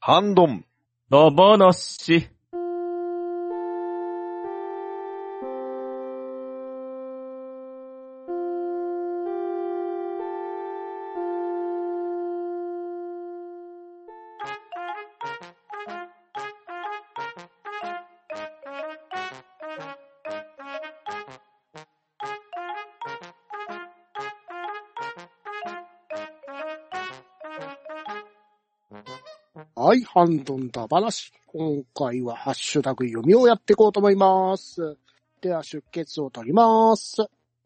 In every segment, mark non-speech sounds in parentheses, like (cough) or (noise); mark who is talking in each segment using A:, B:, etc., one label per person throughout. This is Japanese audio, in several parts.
A: ハンドン。
B: のぼのし。
C: はい、ハンドンダ話。今回はハッシュタグ読みをやっていこうと思います。では、出血を取ります。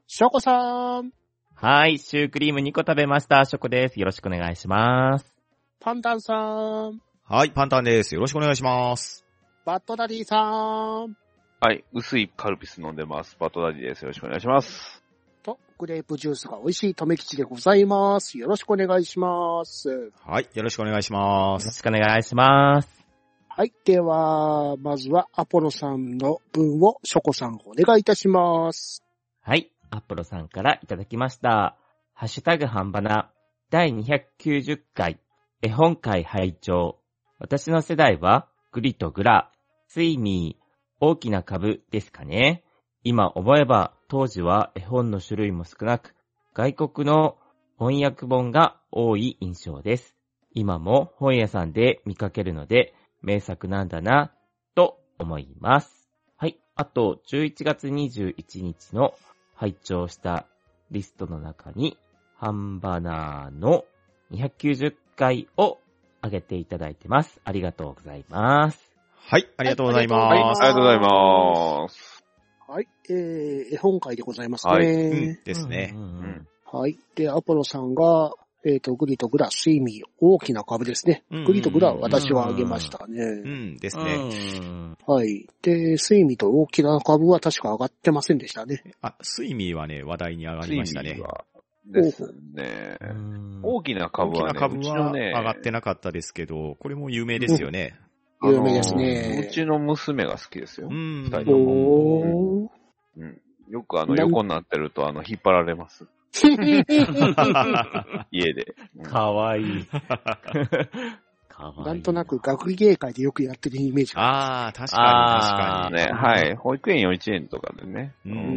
C: ショコさん、
B: はい、シュークリーム2個食べました。ショコです。よろしくお願いします。
C: パンダンさん、
D: はい、パンタンです。よろしくお願いします。
C: バッドダディさん、
A: はい、薄いカルピス飲んでます。バトダディです。よろしくお願いします。
C: と、グレープジュースが美味しい留吉でございます。よろしくお願いします。
D: はい、よろしくお願いし
B: よ
D: ま
B: ろ
D: す。
B: しくお願いします。
C: はい、では、まずはアポロさんの分をショコさんお願いいたします。
B: はい、アップロさんからいただきました。ハッシュタグ半ばな、第290回、絵本会拝聴私の世代は、グリとグラ、スイミー、大きな株ですかね。今思えば、当時は絵本の種類も少なく、外国の翻訳本が多い印象です。今も本屋さんで見かけるので、名作なんだな、と思います。はい。あと、11月21日の拝聴したリストの中に、ハンバナーの290回を上げていただいてます。ありがとうございます。
D: はい、ありがとうござい
C: あ
A: はい、あ
D: ま
A: り
D: す。
A: がとうございます。
C: はい、えー、絵本会でございます
A: はい
C: ね。
D: うん、ですね
B: う。んうんうん
C: はい。で、アポロさんが、えっ、と、グリとグラ、スイミー、大きな株ですね。
D: うんうんうん
C: グリとグラ、私はあげました
D: う
C: ね。
D: ん、です
B: う
D: ね。
B: ん
C: はい。で、スイミーと大きな株は確か上がってませんでしたね。
D: あ、スイミーはね、話題に上がりました
A: スイ
D: ね
A: ミー。はですね。
B: うん
A: 大きな
D: 大
A: 株
D: き
A: は
D: な
A: ね、
D: 株
A: うち
D: は
A: の
D: 上
A: ね、
D: がってなかったですけど、これも有名ですよ
A: あ
D: ね。
A: のー
C: 有名ですね
A: うちの娘が好きですよ
D: う。ん。
A: 大丈夫
C: おー。
A: うんよくあの、
C: なん
A: 横になってると、あの、引っ張られ
D: (laughs)
A: ます。家で。うん
B: かわいい。 (laughs) かわいい。
C: なんとなく学芸会でよくやってるイメージが。
D: ああ、確か
B: あー
D: に確か
A: ね、はい。保育園、幼稚園とかでね。
D: に。うん、
A: う
D: うん
A: ん
D: う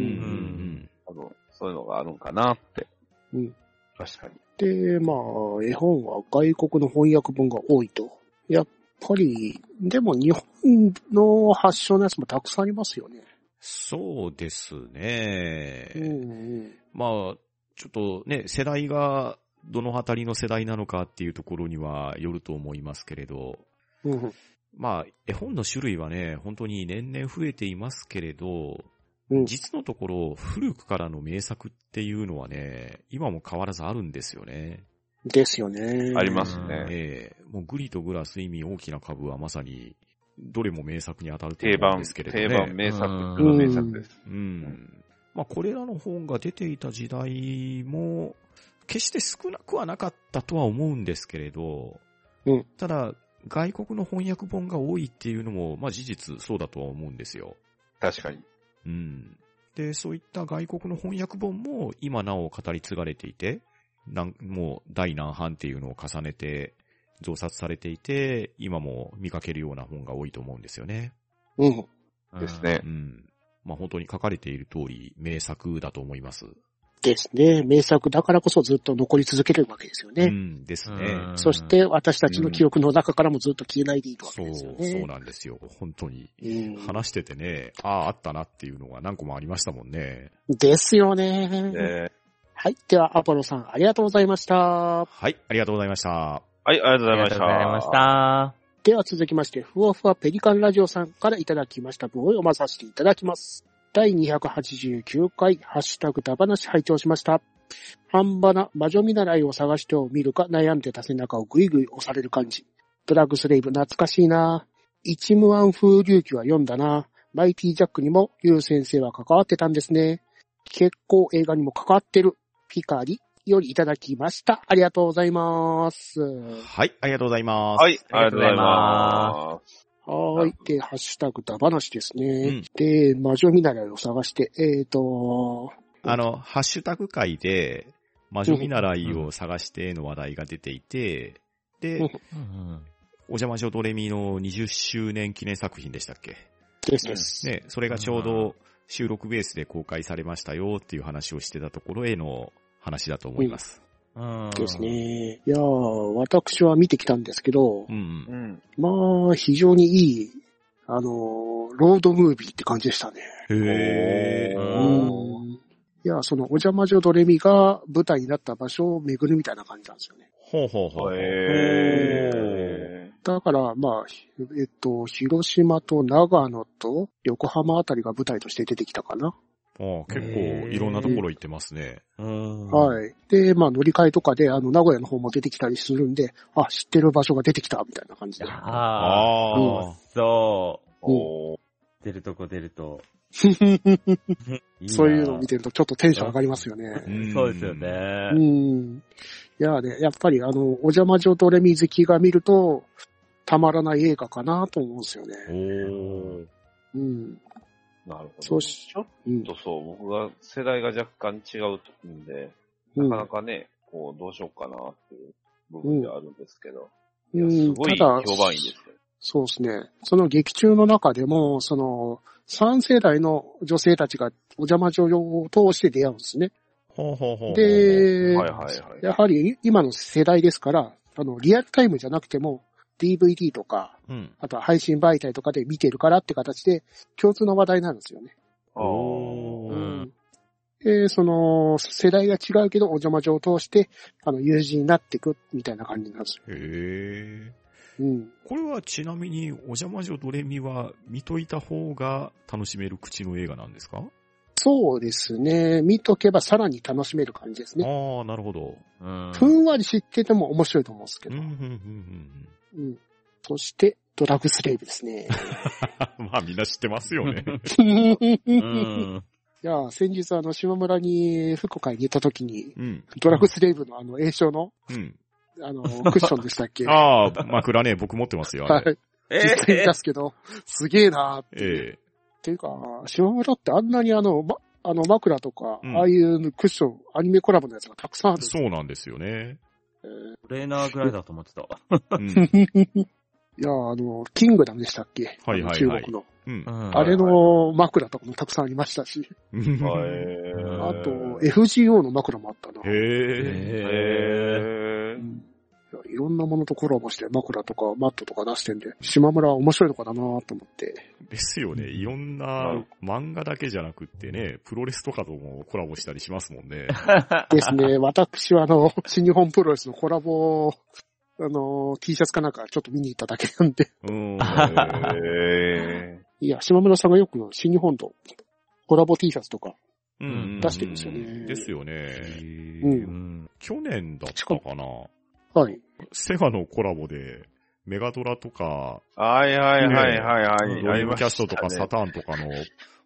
D: ん
A: 多分、そういうのがあるんかなって。
C: うん
A: 確かに。
C: で、まあ、絵本は外国の翻訳本が多いと。やっぱり、でも日本の発祥のやつもたくさんありますよね。
D: そうです
C: うん
D: ね。
C: うん。
D: まあ、ちょっとね、世代がどのあたりの世代なのかっていうところにはよると思いますけれど、
C: うんうん
D: まあ、絵本の種類はね、本当に年々増えていますけれど、
C: うん
D: 実のところ、古くからの名作っていうのはね、今も変わらずあるんですよね。
C: ですよね。
A: ありますね。
D: ええもうグリとグラス意味大きな株はまさに、どれも名作に当たると
A: 定
D: 思うん
A: 番、
D: ですけれど
A: 定
D: ね。
A: 番名作
B: うん
A: 中の名作です。
D: うん。まあ、これらの本が出ていた時代も、決して少なくはなかったとは思うんですけれど、
C: うん
D: ただ、外国の翻訳本が多いっていうのも、まあ事実そうだとは思うんですよ。
A: 確かに。
D: うん。で、そういった外国の翻訳本も今なお語り継がれていて、なんもう第何版っていうのを重ねて増刷されていて、今も見かけるような本が多いと思うんですよね。
C: うん。
A: です。ね
D: う。ん。まあ本当に書かれている通り名作だと思います。
C: ですね。名作だからこそずっと残り続けるわけですよ
D: う
C: ね。
D: んですね。
B: うん
C: そして私たちの記憶の中からもずっと消えないでいいわ
D: そ
C: け
D: う、
C: ですよ
D: そ
C: ね。
D: うなんですよ。本当に。
C: うん
D: 話しててね、ああ、あったなっていうのが何個もありましたもんね。
C: ですよね。
A: えー
C: はい。では、アポロさん、ありがとうございました。
D: はい、ありがとうございました。
A: はい、ありがとうご
B: あ
A: ざいまし
B: りがとう
A: た。
B: ございました。
C: では続きまして、ふわふわペリカンラジオさんからいただきました文を読まさせていただきます。第289回、ハッシュタグだばなし拝聴しました。半ばな魔女見習いを探してを見るか悩んでた背中をぐいぐい押される感じ。ドラッグスレイブ懐かしいな一無暗風流記は読んだなマイティジャックにもユウ先生は関わってたんですね。結構映画にも関わってる。ピカリよりいただきました。ありがとうございます。
D: はい、ありがとうございます。
A: はい、ありがとうございます。
C: はーい。で、ハッシュタグだ話ですね。
D: うん
C: で、魔女見習いを探して、えーと、
D: あの、ハッシュタグ会で、魔女見習いを探しての話題が出ていて、
C: う
D: で
B: うん
C: ん、
B: うん
D: お邪魔女ドレミの20周年記念作品でしたっけ
C: ですです。
D: ね、それがちょうど収録ベースで公開されましたよっていう話をしてたところへの話だと思います。
B: うん。
C: です。ね。いやー私は見てきたんですけど
A: う。
D: う、ん
A: ん。
C: まあ、非常にいい、あのーロードムービーって感じでしたね。
D: へ
A: お
D: ー。
A: ー
C: うんいや、その、お邪魔女ドレミが舞台になった場所を巡るみたいな感じなんですよね。
D: ほうほうほう。
A: へ
C: だから、まあ、ひえっと、広島と長野と横浜あたりが舞台として出てきたかな。
D: ああ結構いろんなところ行ってますね。
B: うん。
C: はい。で、まあ、乗り換えとかで、あの、名古屋の方も出てきたりするんで、あ、知ってる場所が出てきた、みたいな感じで。
B: ああ。
D: ああ。
B: そう。
A: ー。おー。
B: 出るとこ出る
C: (laughs)
B: と。いいな
C: そういうのを見てると、ちょっとテンション上がりますよね。
D: うん
B: そうですよね
C: う。ん。いやね、やっぱり、あの、お邪魔女ドレミ好きが見ると、たまらない映画かなと思うんですよね。
D: おー。
C: うん。
A: なるほど。
C: そし
A: ちょっ
C: うん。
A: とそう、僕が世代が若干違うんで、
C: うん
A: なかなかね、こう、どうしようかなっていう部分ではあるんですけど、
C: う
A: いやす
C: ん、
A: ご
C: た
A: い
C: だ、
A: 評判いいですよ。
C: そうですね。その劇中の中でも、その、3世代の女性たちがお邪魔女を通して出会うんですね。
D: ほうほうほう。
C: で、
A: はいはいはい。
C: やはり今の世代ですから、あの、リアルタイムじゃなくても、DVD とか、
D: うん。
C: あとは配信媒体とかで見てるからって形で、共通の話題になるんですよね。
A: あー
B: う。
D: うん
C: で、その、世代が違うけど、お邪魔女を通して、あの、友人になっていく、みたいな感じなんですよ。
D: へえ。
C: うん。
D: これはちなみに、お邪魔女ドレミは見といた方が楽しめる口の映画なんですか、
C: そうですね。見とけばさらに楽しめる感じですね。
D: ああ、なるほど。
B: うん。
C: ふんわり知ってても面白いと思うんですけ
D: うん、
C: ど。
D: う、
C: うん
D: うん
C: ん。、
D: うん (laughs)
C: そして、ドラッグスレイブですね。
D: うん。まあみんな知ってますよね。
B: う
C: い
B: ん。
C: やー、先日あの、島村に福岡に行った時に、
D: うん。
C: ドラッグスレイブのあの、栄唱の、
D: うん。
C: あ
D: (laughs)
C: の、クッションでしたっけは
D: ああ、枕ね、僕持ってますよ、あれ。
C: い。
B: え
C: 実際に出すけど、すげえなーっていう。
D: ええ
C: っていうか、島村ってあんなにあの、ま、あの、枕とか、
D: うん
C: ああいうクッション、アニメコラボのやつがたくさんあるんです
D: そうなんですよね。
B: トレーナーぐらいだと思ってた。
D: (laughs) うん。
C: (laughs) いやー、あの、キングダムでしたっけ
D: はいはいはい
C: あの中国の。
D: うん
B: う。ん
C: あれの枕とかもたくさんありましたし、
D: うん
A: へ
B: うん
A: ー
C: (laughs) あと、FGO の枕もあったな。
D: へ
A: へ
B: へ
D: え。
A: ー
C: いろんなものとコラボして枕とかマットとか出してんで、島村は面白いのかだなと思って。
D: ですよね。いろんな漫画だけじゃなくってね、プロレスとかともコラボしたりしますもんね。
C: ですね、 (laughs) 私はあの、新日本プロレスのコラボ、あの、T シャツかなんかちょっと見に行っただけなんで。
D: うん。
A: へ
C: いや、島村さんがよく新日本とコラボ T シャツとか、
D: うん
C: 出してるんですよね
D: ですよね。
B: う。
C: うん
D: 去年だったかな。
C: はい。
D: セガのコラボで、メガドラとか、
A: ーはいはいはいはいは
D: ド
A: い。
D: リームキャストと
A: あ
D: か
A: りま
D: サ
A: し
D: ターンとかの、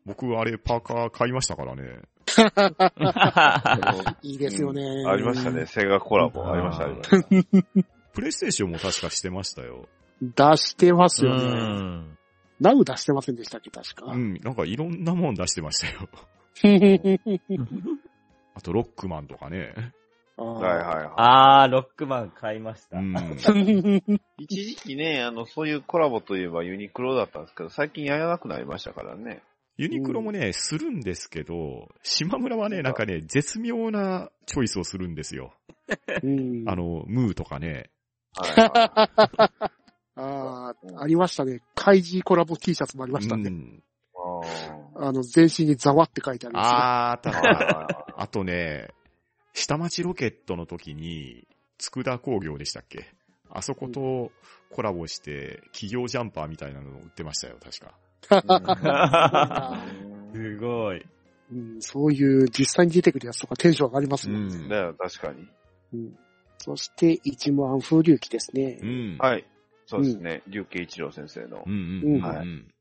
D: 僕あれパーカー買いましたからね。
A: たね
C: いいですよね。
A: うんありましたね。。セガコラボ。ありました、ありました。
D: プレイステーションも確かしてましたよ。
C: 出してます
B: う
C: よね。
B: ん。
C: ナウ出してませんでしたっけ、確か。
D: うん、なんかいろんなもん出してましたよ。
C: (laughs)
D: あと、ロックマンとかね。
A: はい
C: あ
A: はいは
B: あー、ロックマン買いました
D: う。 (laughs) ん。
C: ー
A: い。一時期ね、あの、そういうコラボといえばユニクロだったんですけど、最近やらなくなりましたからね。
D: ユニクロもね、するんですけど、島村はね、なんかね、絶妙なチョイスをするんですよ。
C: うん
D: あの、ムーとかね。
A: はいは
C: ああ、ありましたね。怪獣コラボ T シャツもありました
D: う
C: ね。
D: ん。
A: (laughs) い
C: あの、全身にザワって書いてあるんですよ。
D: あー、あった
A: はい
D: な
A: はいはい。
D: あとね、下町ロケットの時に、佃工業でしたっけあそことコラボして、企業ジャンパーみたいなのを売ってましたよ、確か。
B: (laughs) すごい。
C: うん、そういう実際に出てくるやつとかテンション上がりますね。
A: うんだよ、確かに。
C: うんそして、一万風流記ですね、
D: うん。
A: はい。そうですね。竜慶一郎先生の
D: う。んうんうんうん。
A: はいうん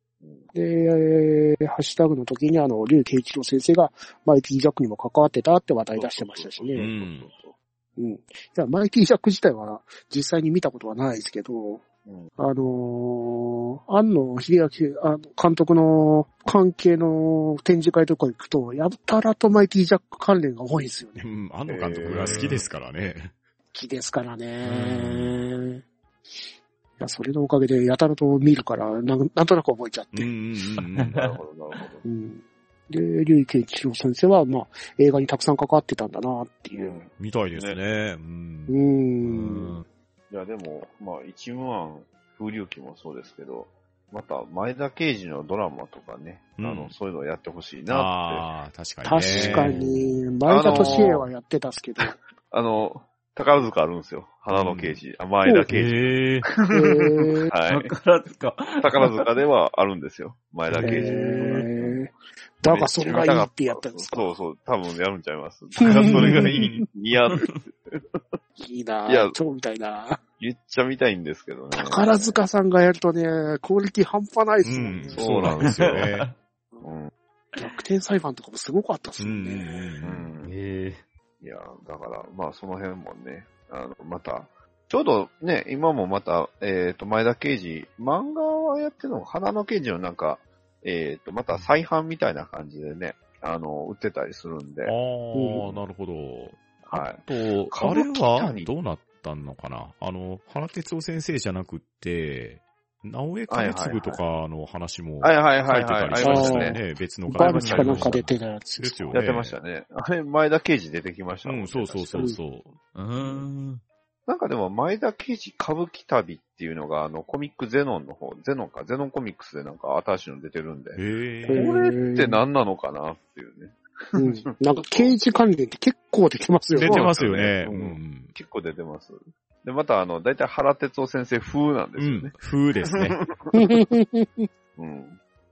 C: で、えーハッシュタグの時にあの、竜慶一郎先生がマイティジャックにも関わってたって話題出してましたし
A: そう
C: ね。
A: そう
C: うん。いや、マイティジャック自体は実際に見たことはないですけど、
A: そううん
C: あのー、安野秀明あの監督の関係の展示会とか行くと、やたらとマイティジャック関連が多いんですよね。
D: うん安野監督が好きですからね。
C: 気ですからね。いや、それのおかげで、やたらと見るから、なんなんとなく覚えちゃっ
D: うん
C: て。
D: うんうん
A: なるほど、なるほど。
C: うん。で、竜井健一郎先生は、まあ、映画にたくさん関わってたんだなっていう。
D: みたいですね。う。
C: うんん。
A: いや、でも、まあ、一無案、風流記もそうですけど、また、前田慶次のドラマとかね、
D: うん
A: あの、そういうのやってほしいなって。
D: ああ、確かにね。
C: 確かに、前田敏恵はやってたっすけど、
A: あの、宝塚あるんですよ。花の刑事。あ前田慶次。
D: へえ。
C: えー、
A: はい。
B: 宝塚。
A: 宝塚ではあるんですよ。前田
C: え
A: 慶次。 (laughs)
C: ー、だがそれがいいってやったんですか
A: そうそう、多分やるんちゃいます。だからそれがいい、似合う。
C: いいない
A: や
C: ぁ、超みたいな
A: 言っちゃみたいんですけどね。
C: 宝塚さんがやるとね、クオリティ半端ないっすもんね。
D: うんそうなんですよね。
A: うん。
C: 逆転裁判とかもすごかったっす
D: う
C: もん
D: んう
C: ね。
D: ん
B: え
A: いや、だから、まあその辺もね、あの、また、ちょうどね、今もまた、えっ、と、前田刑事、漫画はやってるのか、花の刑事のなんか、えっ、と、また再販みたいな感じでね、あの、売ってたりするんで、
D: うん。
A: はい。
D: ああ、なるほど。
A: あ
D: と、あれはどうなったのかなあの、原哲夫先生じゃなくって、直江兼次とかの話も
A: はいはい
D: 書
A: はいい
D: て
A: は
D: た
A: い。
D: り
A: あ
D: し
A: り
D: ま
A: ま
D: し
A: したた
D: よ
A: ね。
D: ね。別の
C: バ
D: 会
C: ル
D: も
C: チかなんか出て
D: で
C: たやつ
D: すよね。
A: やってましたね。あれ、前田刑事出てきましたもん
D: う
A: ね
D: ん、そうそうそうそう。
B: うーん。
A: なんかでも、前田刑事歌舞伎旅っていうのが、あの、コミックゼノンの方、ゼノンか、ゼノンコミックスでなんか新しいの出てるんで、こ
C: へ
D: へえ。
C: ー
A: れって何なのかなっていうね。
C: うん。なんか刑事関連って結構出てますよ
D: 出
C: ね。
D: てますよね。
A: う
D: うんん。
A: 結構出てます。で、また、あの、だいたい原哲夫先生風なんで
D: う
A: すよ
D: ん
A: ね。。
D: 風です
A: (laughs)
D: ね。
A: うん。まあ、ね、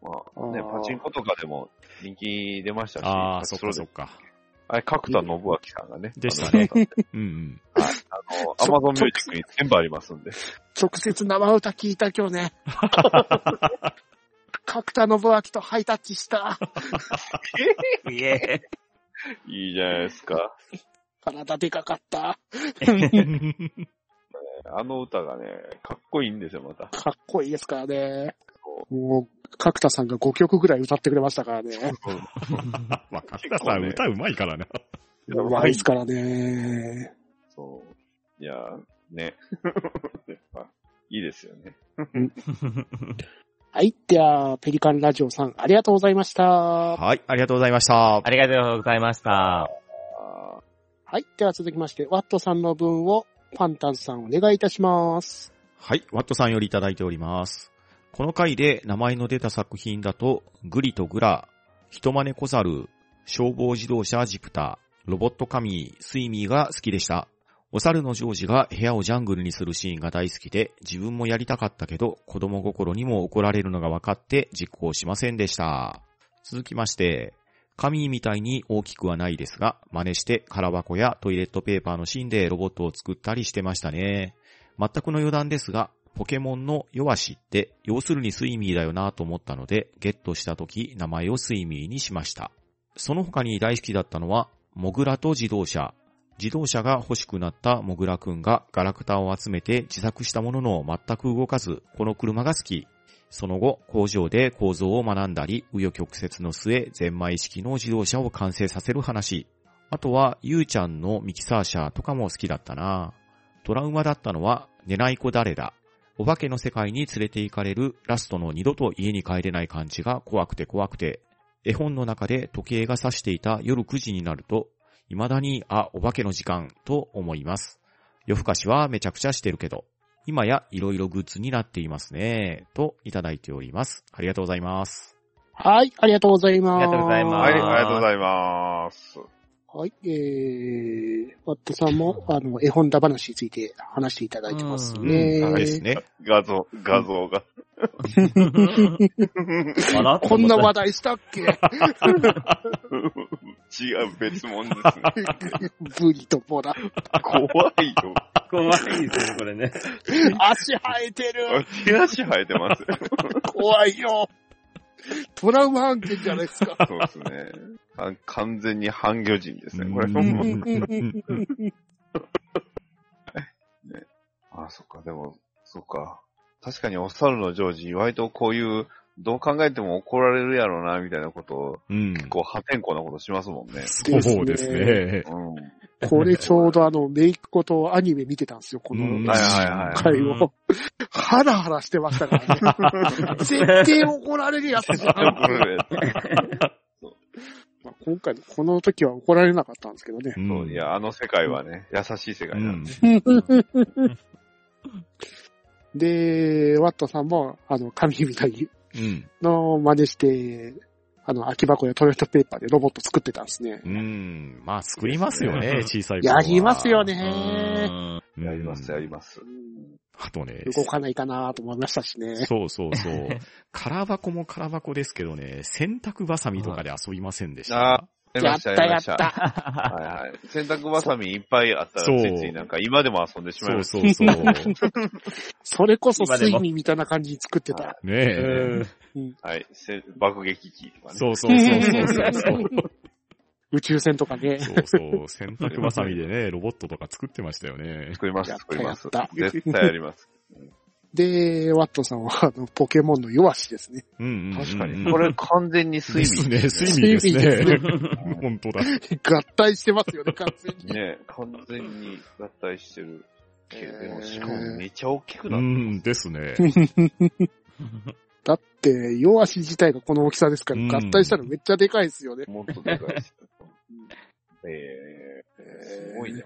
C: あー
A: パチンコとかでも人気出ましたし、
D: ああ、そ
A: パ
D: っ
A: チロ
D: か
A: で
D: そっか。
A: あれ、角田信明さんがね。
D: でしたね
A: あの。
D: う
A: (laughs)
D: んうん。
A: あの、アマゾンミュージックに全部ありますんで。
C: 直接生歌聞いた今
B: (laughs)
C: 日ね。角田信明とハイタッチした。
B: いえ。
A: いいじゃないですか。
C: 体でかかった。
A: あの歌がね、かっこいいんですよ、また。
C: かっこいいですからね
A: そ。
C: もう、角田さんが5曲ぐらい歌ってくれましたからね。
D: まあ、角田さん歌うまいからな。
A: やばい
C: ワイスからね。
A: そう。いやー、 (laughs) ね。やっぱいいですよね。
C: はい。では、ペリカンラジオさん、ありがとうございました。
D: はい、ありがとうございました
B: あ。りがとうございました。
A: あ
C: はい。では続きまして、ワットさんの分をパンタンさんお願いいたします。
D: はい、ワットさんよりいただいております。この回で名前の出た作品だと、グリとグラ、人真似小猿、消防自動車ジプター、ロボットカミー、スイミーが好きでした。お猿のジョージが部屋をジャングルにするシーンが大好きで、自分もやりたかったけど、子供心にも怒られるのが分かって実行しませんでした。続きまして、カミーみたいに大きくはないですが、真似して空箱やトイレットペーパーの芯でロボットを作ったりしてましたね。全くの余談ですが、ポケモンの弱しって、要するにスイミーだよなと思ったので、ゲットした時、名前をスイミーにしました。その他に大好きだったのは、モグラと自動車。自動車が欲しくなったモグラくんがガラクタを集めて自作したものの全く動かず、この車が好き。その後、工場で構造を学んだり、紆余曲折の末、ゼンマイ式の自動車を完成させる話。あとは、ゆうちゃんのミキサー車とかも好きだったなトラウマだったのは、寝ない子誰だ。お化けの世界に連れて行かれるラストの二度と家に帰れない感じが怖くて怖くて。絵本の中で時計が指していた夜9時になると、未だに、あ、お化けの時間、と思います。夜更かしはめちゃくちゃしてるけど、今や色々グッズになっていますね、といただいております。ありがとうございます。
C: はい。ありがとうございます。
B: ありがとうござい
A: ー
B: ま
A: はい、あり
B: す
A: がとうございます。
C: はい。えー、ワットさんも、あの、絵本だ話について話していただいてますね。
A: うんうん
D: ですね。
A: 画像、画像が。
C: こんな話
B: 話
C: 題したっけ (laughs)
A: 違う、別物ですね。
C: ブリと
D: (laughs)
C: ボラ。
A: (laughs) 怖いよ。
B: 怖いですね、これね。
C: 足生えてる
A: 手足生えてます。
C: 怖いよトラウマ案件じゃない
D: (laughs)
C: ですか。
A: そうですね。あ完全に半魚人ですね。これ、
D: うん
A: ほんま
C: うんうんうん
A: あ、そっか、でも、そっか。確かにお猿のジョージ、割とこういう、どう考えても怒られるやろうな、みたいなことを、
D: うん。
A: 結構破天荒なことしますもんね。
D: そうですね。
A: うん。
C: これちょうどあの、メイクことアニメ見てたんですよ、この
D: うん
A: はいはいはい
C: 回を。ハラハラしてましたからね。
D: (laughs)
C: 絶対怒られるやつじゃん。まあ今回の、この時は怒られなかったんですけどね。
A: そうい、や、あの世界はね、優しい世
D: う
A: 界なん
D: ん
A: で。。
C: で、ワットさんも、あの、神みたい
D: うん。
C: の真似して、あの、空き箱やトイレットペーパーでロボット作ってたんですね
D: う。ん。まあ、作りますよね、小さい
C: やりますよ
D: ね。
C: ね。
D: うん
A: やります、やります
C: う。ん
D: あとね、
C: 動かないかなと思いましたしね。
D: そうそうそう。空箱も空箱ですけどね、洗濯バサミとかで遊びませんでした。
A: やり
C: や
A: ま
C: っ
A: した、
C: た
A: やり
C: や
A: ま
C: っ
A: した。
C: た。
A: はいはい。洗濯ばさみいっぱいあったら、ついついなんか今でも遊んでしまい
D: そう
A: ます。
D: そうそう。
C: それこそ
B: 今でも
C: 睡眠みたいな感じに作ってた。
D: ねえ。
A: はい。せ爆撃機とかね。
D: そうそうそうそうそうそう。
C: 宇宙船とかね。
D: そうそう。洗濯バサミでね、ロボットとか作ってましたよね。
A: 作ります、
C: やった
A: 作ります
C: やっ。た
A: 絶対やります。
C: で、ワットさんは、あの、ポケモンの弱しですね。
D: うんうんうん。
A: 確かに。
D: こ
A: こ
D: れ、
A: れ完全に睡
D: 睡
A: 眠。
D: 眠ですね。睡眠です
C: 睡
D: ね。 (laughs) 本当だ。
C: 合体してますよね、完全 (laughs) に。
A: ね完全に合体してる。けど、でもしか
C: え
A: も
C: ー
A: めっちゃ大きくな
D: う
A: って
D: ん、ですね。
C: だって、弱し自体がこの大きさですから、
D: うん
C: 合体したらめっちゃでかいですよね。
A: もっとでかいし。 (laughs) えー、すごいな。えー、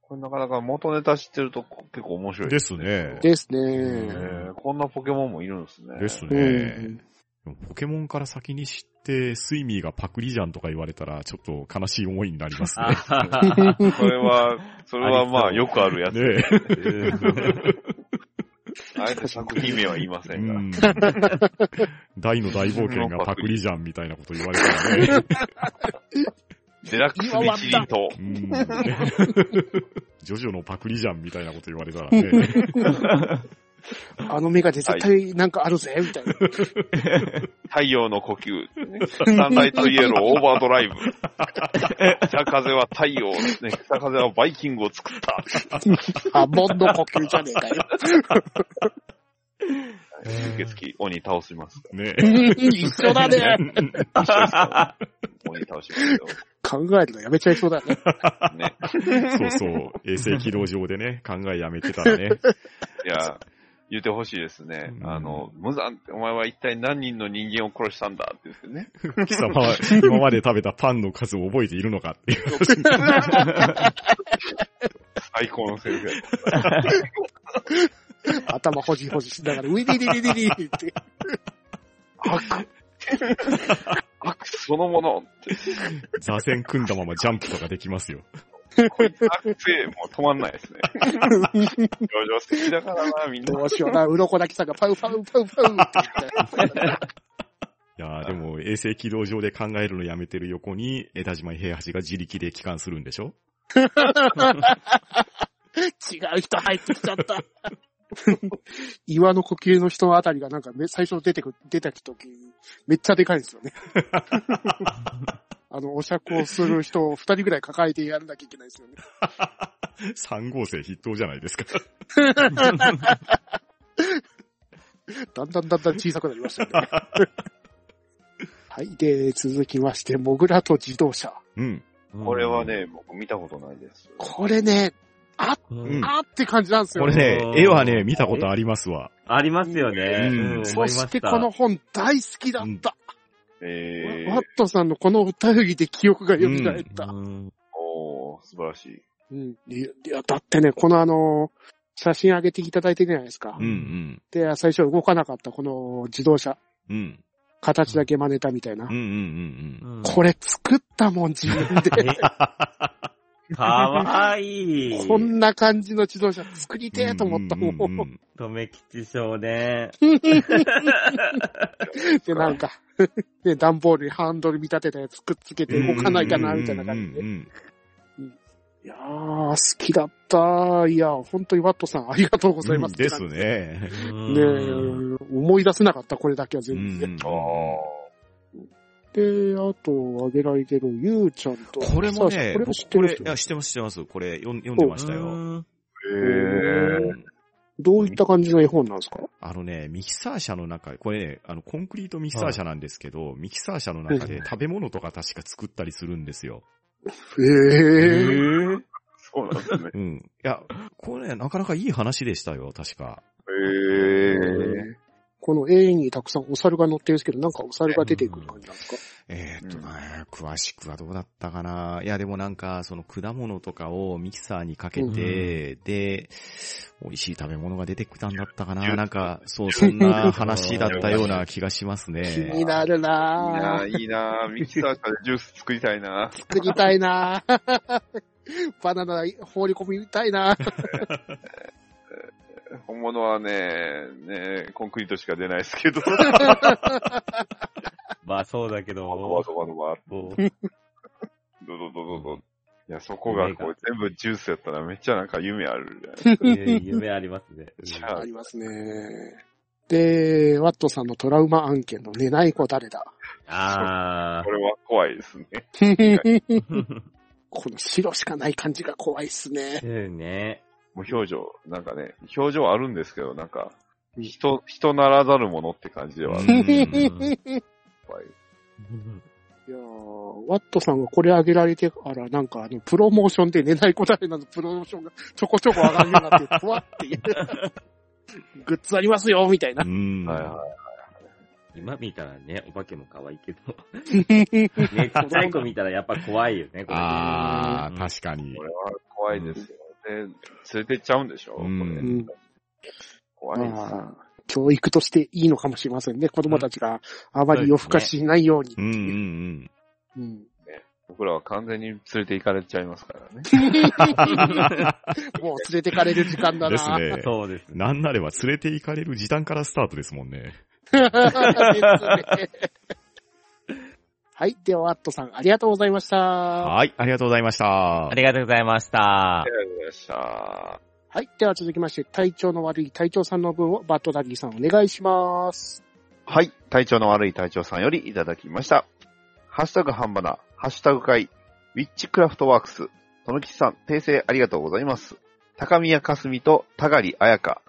A: これなかなか元ネタ知ってるとこ結構面白い
D: ですね。
C: です
A: え
C: ね。
A: ー、こんなポケモンもいるんですね。
D: です
C: う
D: ね。
C: ん。
D: でもポケモンから先に知って、スイミーがパクリじゃんとか言われたら、ちょっと悲しい思いになりますね。
A: それ
D: (laughs)
A: は、それはまあよくあるやつ。
D: ね
A: あえて作品名は言いませ
D: え。うん
A: が。
D: ん。大の大冒険がパクリじゃんみたいなこと言われたらね。
A: デラックスミチリンと。
D: うんジョジョのパクリじゃんみたいなこと言われたらね。
C: あのメガネ絶対なんかあるぜ、みたいな。
A: 太陽の呼吸、サンライトイエローオーバード
D: (laughs)
A: ライブ。北風は太陽、ね、北風はバイキングを作
D: (laughs)
A: った。
C: あ、ボンの呼吸じゃねえかよ。
A: 吸血鬼、鬼倒しますか
D: ね
C: うん (laughs) 一緒だね。
A: ら。鬼倒しますよ。
C: 考えるのやめちゃいそうだね。
A: ね。
D: そうそう。衛星軌道上でね、考えやめてたらね。
A: いや、言ってほしいですね
D: う。ん
A: あの、無惨って、お前は一体何人の人間を殺したんだって言ってね。
D: 貴様は今まで食べたパンの数を覚えているのかっていう。
A: 最高のセリフや
C: 頭ほじほじしながら、ウィリリリリリリって。
A: 悪。悪そのもの。
D: 座禅組んだままジャンプとかできますよ。
A: こいつ悪性、もう止まんないですね。上場好きだからな、みんな
C: ど。うしような、鱗だけさんがパウパウパウパウって言って。
D: いやーでも衛星軌道上で考えるのやめてる横に、江田島平八が自力で帰還するんでしょ
C: 違う人入ってきちゃ (laughs) った。岩の呼吸の人あたりがなんかめ最初出てく、出てきた時、めっちゃでかいんです (laughs) よね。あの、お酌をする人を二人ぐらい抱えてやらなきゃいけないですよね。
D: 三号生筆頭じゃないです (laughs) か。
C: だんだんだんだん小さくなりましたよね。はい。で、続きまして、モグラと自動車。
D: うん。
A: これは、ね、僕見たことないです。
C: これね、
D: うん
C: あーって感じなんですよ
D: こ
C: ね
D: れ。ね、絵はね、見たことありますわ。
B: ありますよね。
D: うん
B: うん思
C: そ
B: いました
C: してこの本大好きだった。
A: えー
C: ワッ、トさんのこの歌振りで記憶が蘇った。
B: うん
A: おー、素晴らしい。
C: うん。いや、だってね、このあの、写真上げていただいてるじゃないですか。
D: うん
C: で、最初動かなかったこの自動車、
D: うん。うん。
C: 形だけ真似たみたいな。
D: うんうんうんうん。
B: うん
C: これ作ったもん、自分
D: (laughs)
C: で。
B: かわいい。
C: こんな感じの自動車作りてえと思ったも。
D: うんうんうんん
B: とめきち少年。
C: で、なん
D: (laughs)
C: か、で、段ボールにハンドル見立てたやつくっつけて動かないかな、みたいな感じ
D: う
C: で。
D: ん
C: いやー、好きだった。いや、本当にワットさんありがとうございます。
D: です。ね。
C: ねえ
B: うん
C: 思い出せなかった、これだけは全
D: う
C: 部。
D: ん
A: あー、
C: で、あと、あげられてるゆうちゃんと。
D: これ
C: そ
D: もね
C: うそうこれ、も
D: 僕
C: 知って
D: こ
C: る
D: れ
C: 人
D: いや、知ってます、知ってます。これ、読ん読んでましたよ。
B: うん
A: えー、
C: どういった感じの絵本なんですか
D: あのね、ミキサー車の中、これね、あの、コンクリートミキサー車なんですけど、ミキサー車の中で食べ物とか確か作ったりするんですよ。
C: ええ
D: ー
A: そうなんですね。
D: うん。いや、これなかなかいい話でしたよ、確か。
A: へえ。
C: この絵にたくさんお猿が乗ってるんですけど、なんかお猿が出てくる感じなんですか、
D: えーっとね、詳しくはどうだったかな。いや、でもなんか、その果物とかをミキサーにかけて、で、美味しい食べ物が出てきたんだったかな。なんか、そう、そんな話だったような気がします
C: 気に
D: ね。
C: なる
A: いい
C: な
A: な
C: ぁ。
A: ぁ、いいなぁ。ミキサーからジュース作りたいなぁ。
C: 作りたいな (laughs) ぁ。バナナ放り込みたいなぁ。
A: 本物はね、ね、コンクリートしか出ないですけど。
B: まあそうだけど、
A: ドバドバドバ、
B: もう
A: ドドドドド。いや、そこがこう全部ジュースやったらめっちゃなんか夢あるじゃないで
B: 夢夢ありますね。
A: す
C: あ
A: か。
C: りますね。で、ワットさんのトラウマ案件の寝ない子誰だ
B: あ
A: これは怖いですね。
C: この白しかない感じが怖いっすね
B: あ。。ね。
A: 無表情、なんかね、表情あるんですけど、なんか、人、人ならざるものって感じではあ
D: う
A: る。
D: ん
A: 怖い
C: いやーワットさんがこれ上げられてから、なんかあの、プロモーションで寝ない子誰なのプロモーションがちょこちょこ上がるようになって、ふわっていう。グッズありますよ、みたいな
D: う。ん。
A: はいはい。
B: 今見たらね、お化けも可愛いけど。ね、ちっちゃい子見たらやっぱ怖いよね、これ。
D: あ
B: う
D: ー、
B: ん
D: 確かに
A: こ。れは怖いですよ。で、連れてっちゃうんでしょ、
D: うん
A: これ
C: うん
A: 怖いです
C: まあ、教育としていいのかもしれませんね。子供たちがあまり夜更かししないように。
D: うんうんうん。
C: うん
A: 僕らは完全に連れて行かれちゃいますからね。
C: もう連れてかれる時間だな。 (laughs)
D: ですね。
B: そうですね。
D: なんなれば連れて行かれる時短からスタートですもんね。
C: はい。では、ワットさん、ありがとうございました。は
D: はい、ありがとうございました
B: あ。りがとうございました
A: あり。がとうございました。
C: い。では、続きまして、体調の悪い隊長さんの分をバットダディさんお願いします。
A: はい。体調の悪い隊長さんよりいただきました。ハッシュタグ半ばな、ハッシュタグ会、ウィッチクラフトワークス、とのきちさん、訂正ありがとうございます。高宮かすみとたがりあやか。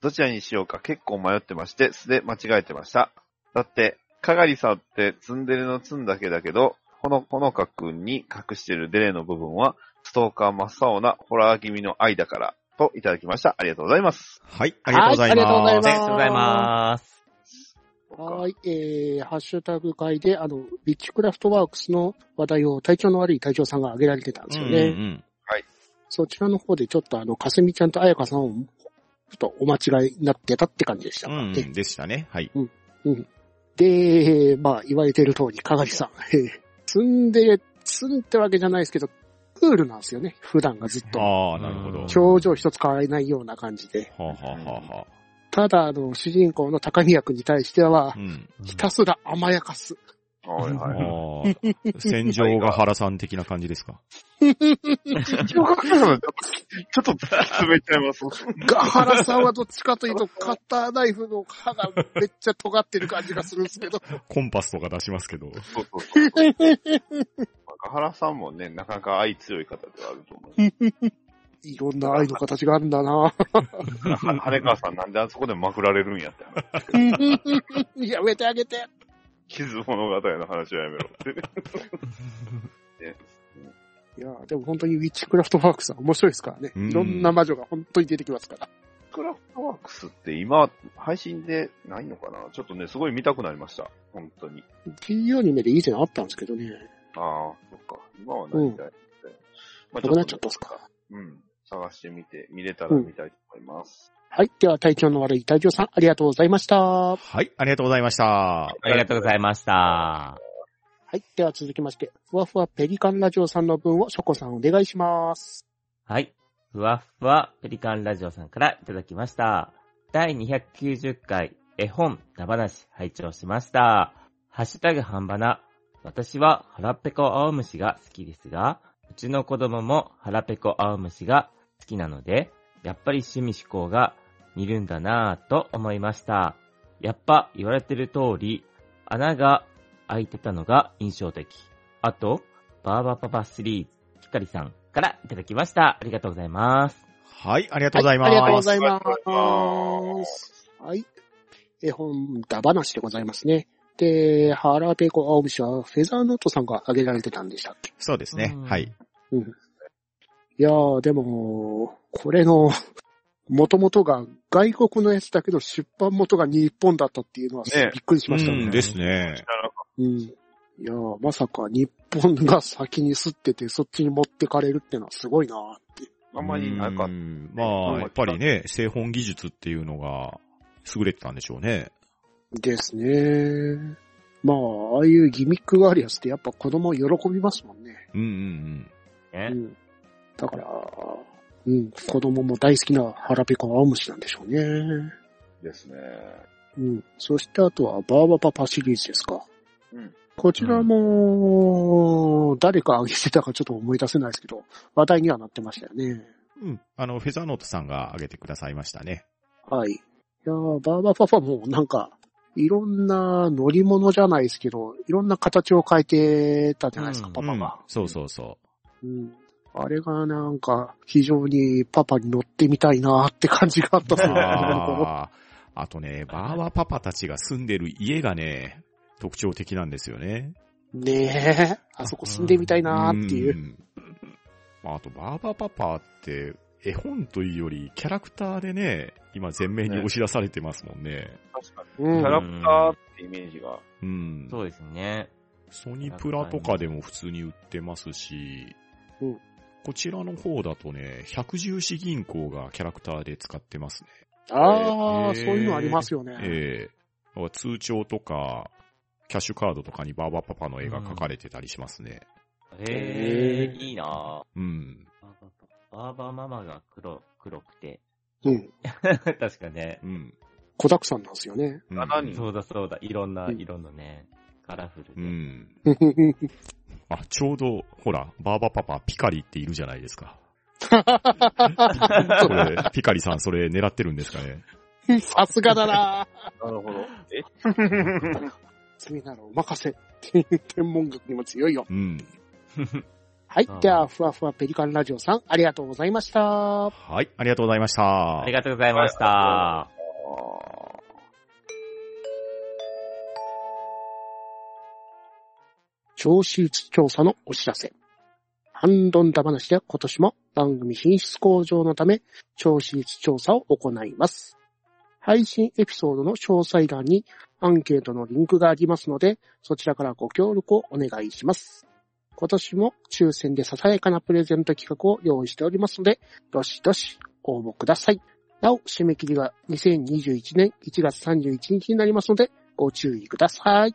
A: どちらにしようか結構迷ってまして、素で間違えてました。だって、かがりさんってツンデレのツンだけだけど、ほの、ほのかくんに隠してるデレの部分は、ストーカー真っ青なホラー気味の愛だから、といただきました。ありがとうございます。
D: はい、ありがとうござ
C: は
D: い
C: いありがとうご
D: ま
B: あ
D: す。
B: りがとうございます。
C: はーい。えー、ハッシュタグ会で、あの、ビッチクラフトワークスの話題を体調の悪い隊長さんが挙げられてたんですよね。
D: うんうんうん
C: そちらの方でちょっとあの、かすみちゃんとあやかさんを、ちょっとお間違いになってたって感じでした
D: う
C: からね。
D: んうん、でしたね。はい。
C: で、まあ、言われてる通り、かがりさん、えーツンデレ、ツンってわけじゃないですけど、クールなんですよね、普段がずっと。
D: ああ、なるほど。
C: 表情一つ変わらないような感じで。
D: はあ、はあはあは
C: ただ、あの、主人公の高宮君に対しては
D: あ、う、ん。
C: ひたすら甘やかす。
A: はい
D: あ
A: はい。
D: ー戦場が原さん的な感じですか。
A: ちょっと滑っちゃいます。
C: ガハラさんはどっちかと
D: (laughs)
C: いうと、カッターナイフの刃がめっちゃ尖ってる感じがするんですけど。
D: コンパスとか出しますけど。
A: そうそうそう。中原さんもね、なかなか愛強い方ではあると (laughs) 思う。
C: いろんな愛の形があるんだな
A: は
D: (laughs)
A: 羽川さんなんであそこでまくられるんやって。
C: やめてあげて。
A: 傷物語の話はやめろって。
C: いや、でも本当にウィッチクラフトワークスは面白いですからね。
D: うん
C: いろんな魔女が本当に出てきますから。
A: クラフトワークスって今、配信でないのかなちょっとね、すごい見たくなりました。本当に。
C: 金曜に目で以前あったんですけどね。
A: ああ、そっか。今はないみたいですね。まあ
C: なくなっちゃったっすか。
A: うん。探してみて、見れたら見たいと思います。
C: はい。では、体調の悪い隊長さん、ありがとうございました。は
D: はい、ありがとうございました。
B: ありがとうございました。
C: い。では、続きまして、ふわふわペリカンラジオさんの分を、ショコさんお願いします。
B: はい。ふわっふわペリカンラジオさんからいただきました。第290回絵本な話拝聴しました。ハッシュタグ半ばな。私は腹ペコ青虫が好きですが、うちの子供も腹ペコ青虫が好きなので、やっぱり趣味思考が似るんだなぁと思いました。やっぱ言われてる通り、穴が開いてたのが印象的。あと、バーバパパ3ひかりさんからいただきました。ありがとうございます。
D: はい、ありがとうございます。
C: はいありがとうござい
A: ありがとうござい
C: ま。
A: ます
C: はい。絵本、だ話でございますね。で、原ペコ青虫はフェザーノートさんが挙げられてたんでしたっけ
D: そうですね。
B: うん
D: はい。
C: いやー、でも、これの、 (laughs) 元々が外国のやつだけど出版元が日本だったっていうのは
A: ね
C: びっくりしました
D: う
C: ね。
D: んですね。
C: うんいやー、まさか日本が先に吸っててそっちに持ってかれるってのはすごいなーって。
A: あんまりなか
D: う
A: っ
D: んまあ、やっぱりね、製本技術っていうのが優れてたんでしょうね。
C: ですね。まあ、ああいうギミックがあるやつってやっぱ子供喜びますもんね。
D: うんうん
C: う
B: ね
C: ん。だから、うん、子供も大好きな腹ペコ青虫なんでしょうね。
A: たですね。
C: うん。そしてあとはバーバパパシリーズですか。
A: うん。
C: こちらも、誰か挙げてたかちょっと思い出せないですけど、話題にはなってましたよね。
D: うん。うん。あの、フェザーノートさんが挙げてくださいましたね。
C: はい。いやーバーバパパもなんか、いろんな乗り物じゃないですけど、いろんな形を変えてたじゃないですか、
B: うん
C: パパが。
D: うんそうそうそ
C: うん。あれがなんか、非常にパパに乗ってみたいなーって感じがあったっ
D: う。
C: すね。
D: ああ、あとね、バーバパパたちが住んでる家がね、特徴的なんですよね。
C: (laughs) ねえ、あそこ住んでみたいなーっていう。
D: ん。まあ、あと、バーバパパって、絵本というより、キャラクターでね、今前面に押し出されてますもんね。
A: 確かに。
C: う
A: キ
C: ん
A: ャラクターってイメージが。
D: うん。
B: そうですね。
D: ソニプラとかでも普通に売ってますし、
C: うん
D: こちらの方だとね、百十四銀行がキャラクターで使ってますね。
C: ああ、
D: へー
C: そういうのありますよね。
D: ええ通帳とか、キャッシュカードとかにバーバパパの絵が描かれてたりしますね。
B: え
C: へ
B: え
C: ー
B: いいなぁ
D: うん。
B: バーババーバママが黒、黒くて。
C: うん。
B: 確かね。
D: うん。
C: 子沢山なんですよね。 (laughs)
D: うん。
A: 七人
B: そうだそうだ。いろんな
C: うん
B: 色のね、カラフル
D: う
B: で。
D: ん。
C: うん
D: あ、ちょうど、ほら、バーバパパ、ピカリっているじゃないで
B: (laughs)
D: すか。これ、ピカリさんそれ狙ってるんですかね。
C: さすがだなー
A: なるほど。え
C: 次ならお任せ。 (laughs) 天文学にも強いよ。
D: うん。
C: はい
B: うん。
C: では、ふわふわペリカンラジオさん、ありがとうございました。
D: はい、ありがとうございました。
B: ありがとうございました。
A: あ
C: 調子調査のお知らせ。ハンドンダ話では今年も番組品質向上のため、聴子率調査を行います。配信エピソードの詳細欄にアンケートのリンクがありますので、そちらからご協力をお願いします。今年も抽選でささやかなプレゼント企画を用意しておりますので、どしどし応募ください。なお、締め切りが2021年1月31日になりますので、ご注意ください。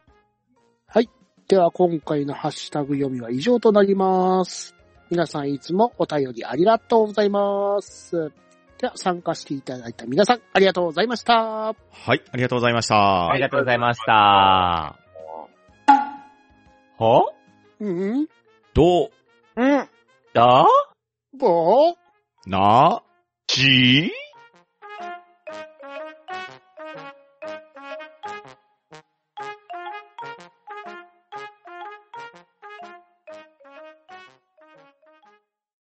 C: はい。では今回のハッシュタグ読みは以上となります。皆さんいつもお便りありがとうございます。では参加していただいた皆さんありがとうございました。
D: はい、ありがとうございました。
B: ありがとうございました。は
C: うん
D: どう
A: うん。
B: だ
C: ぼー
D: な
A: じー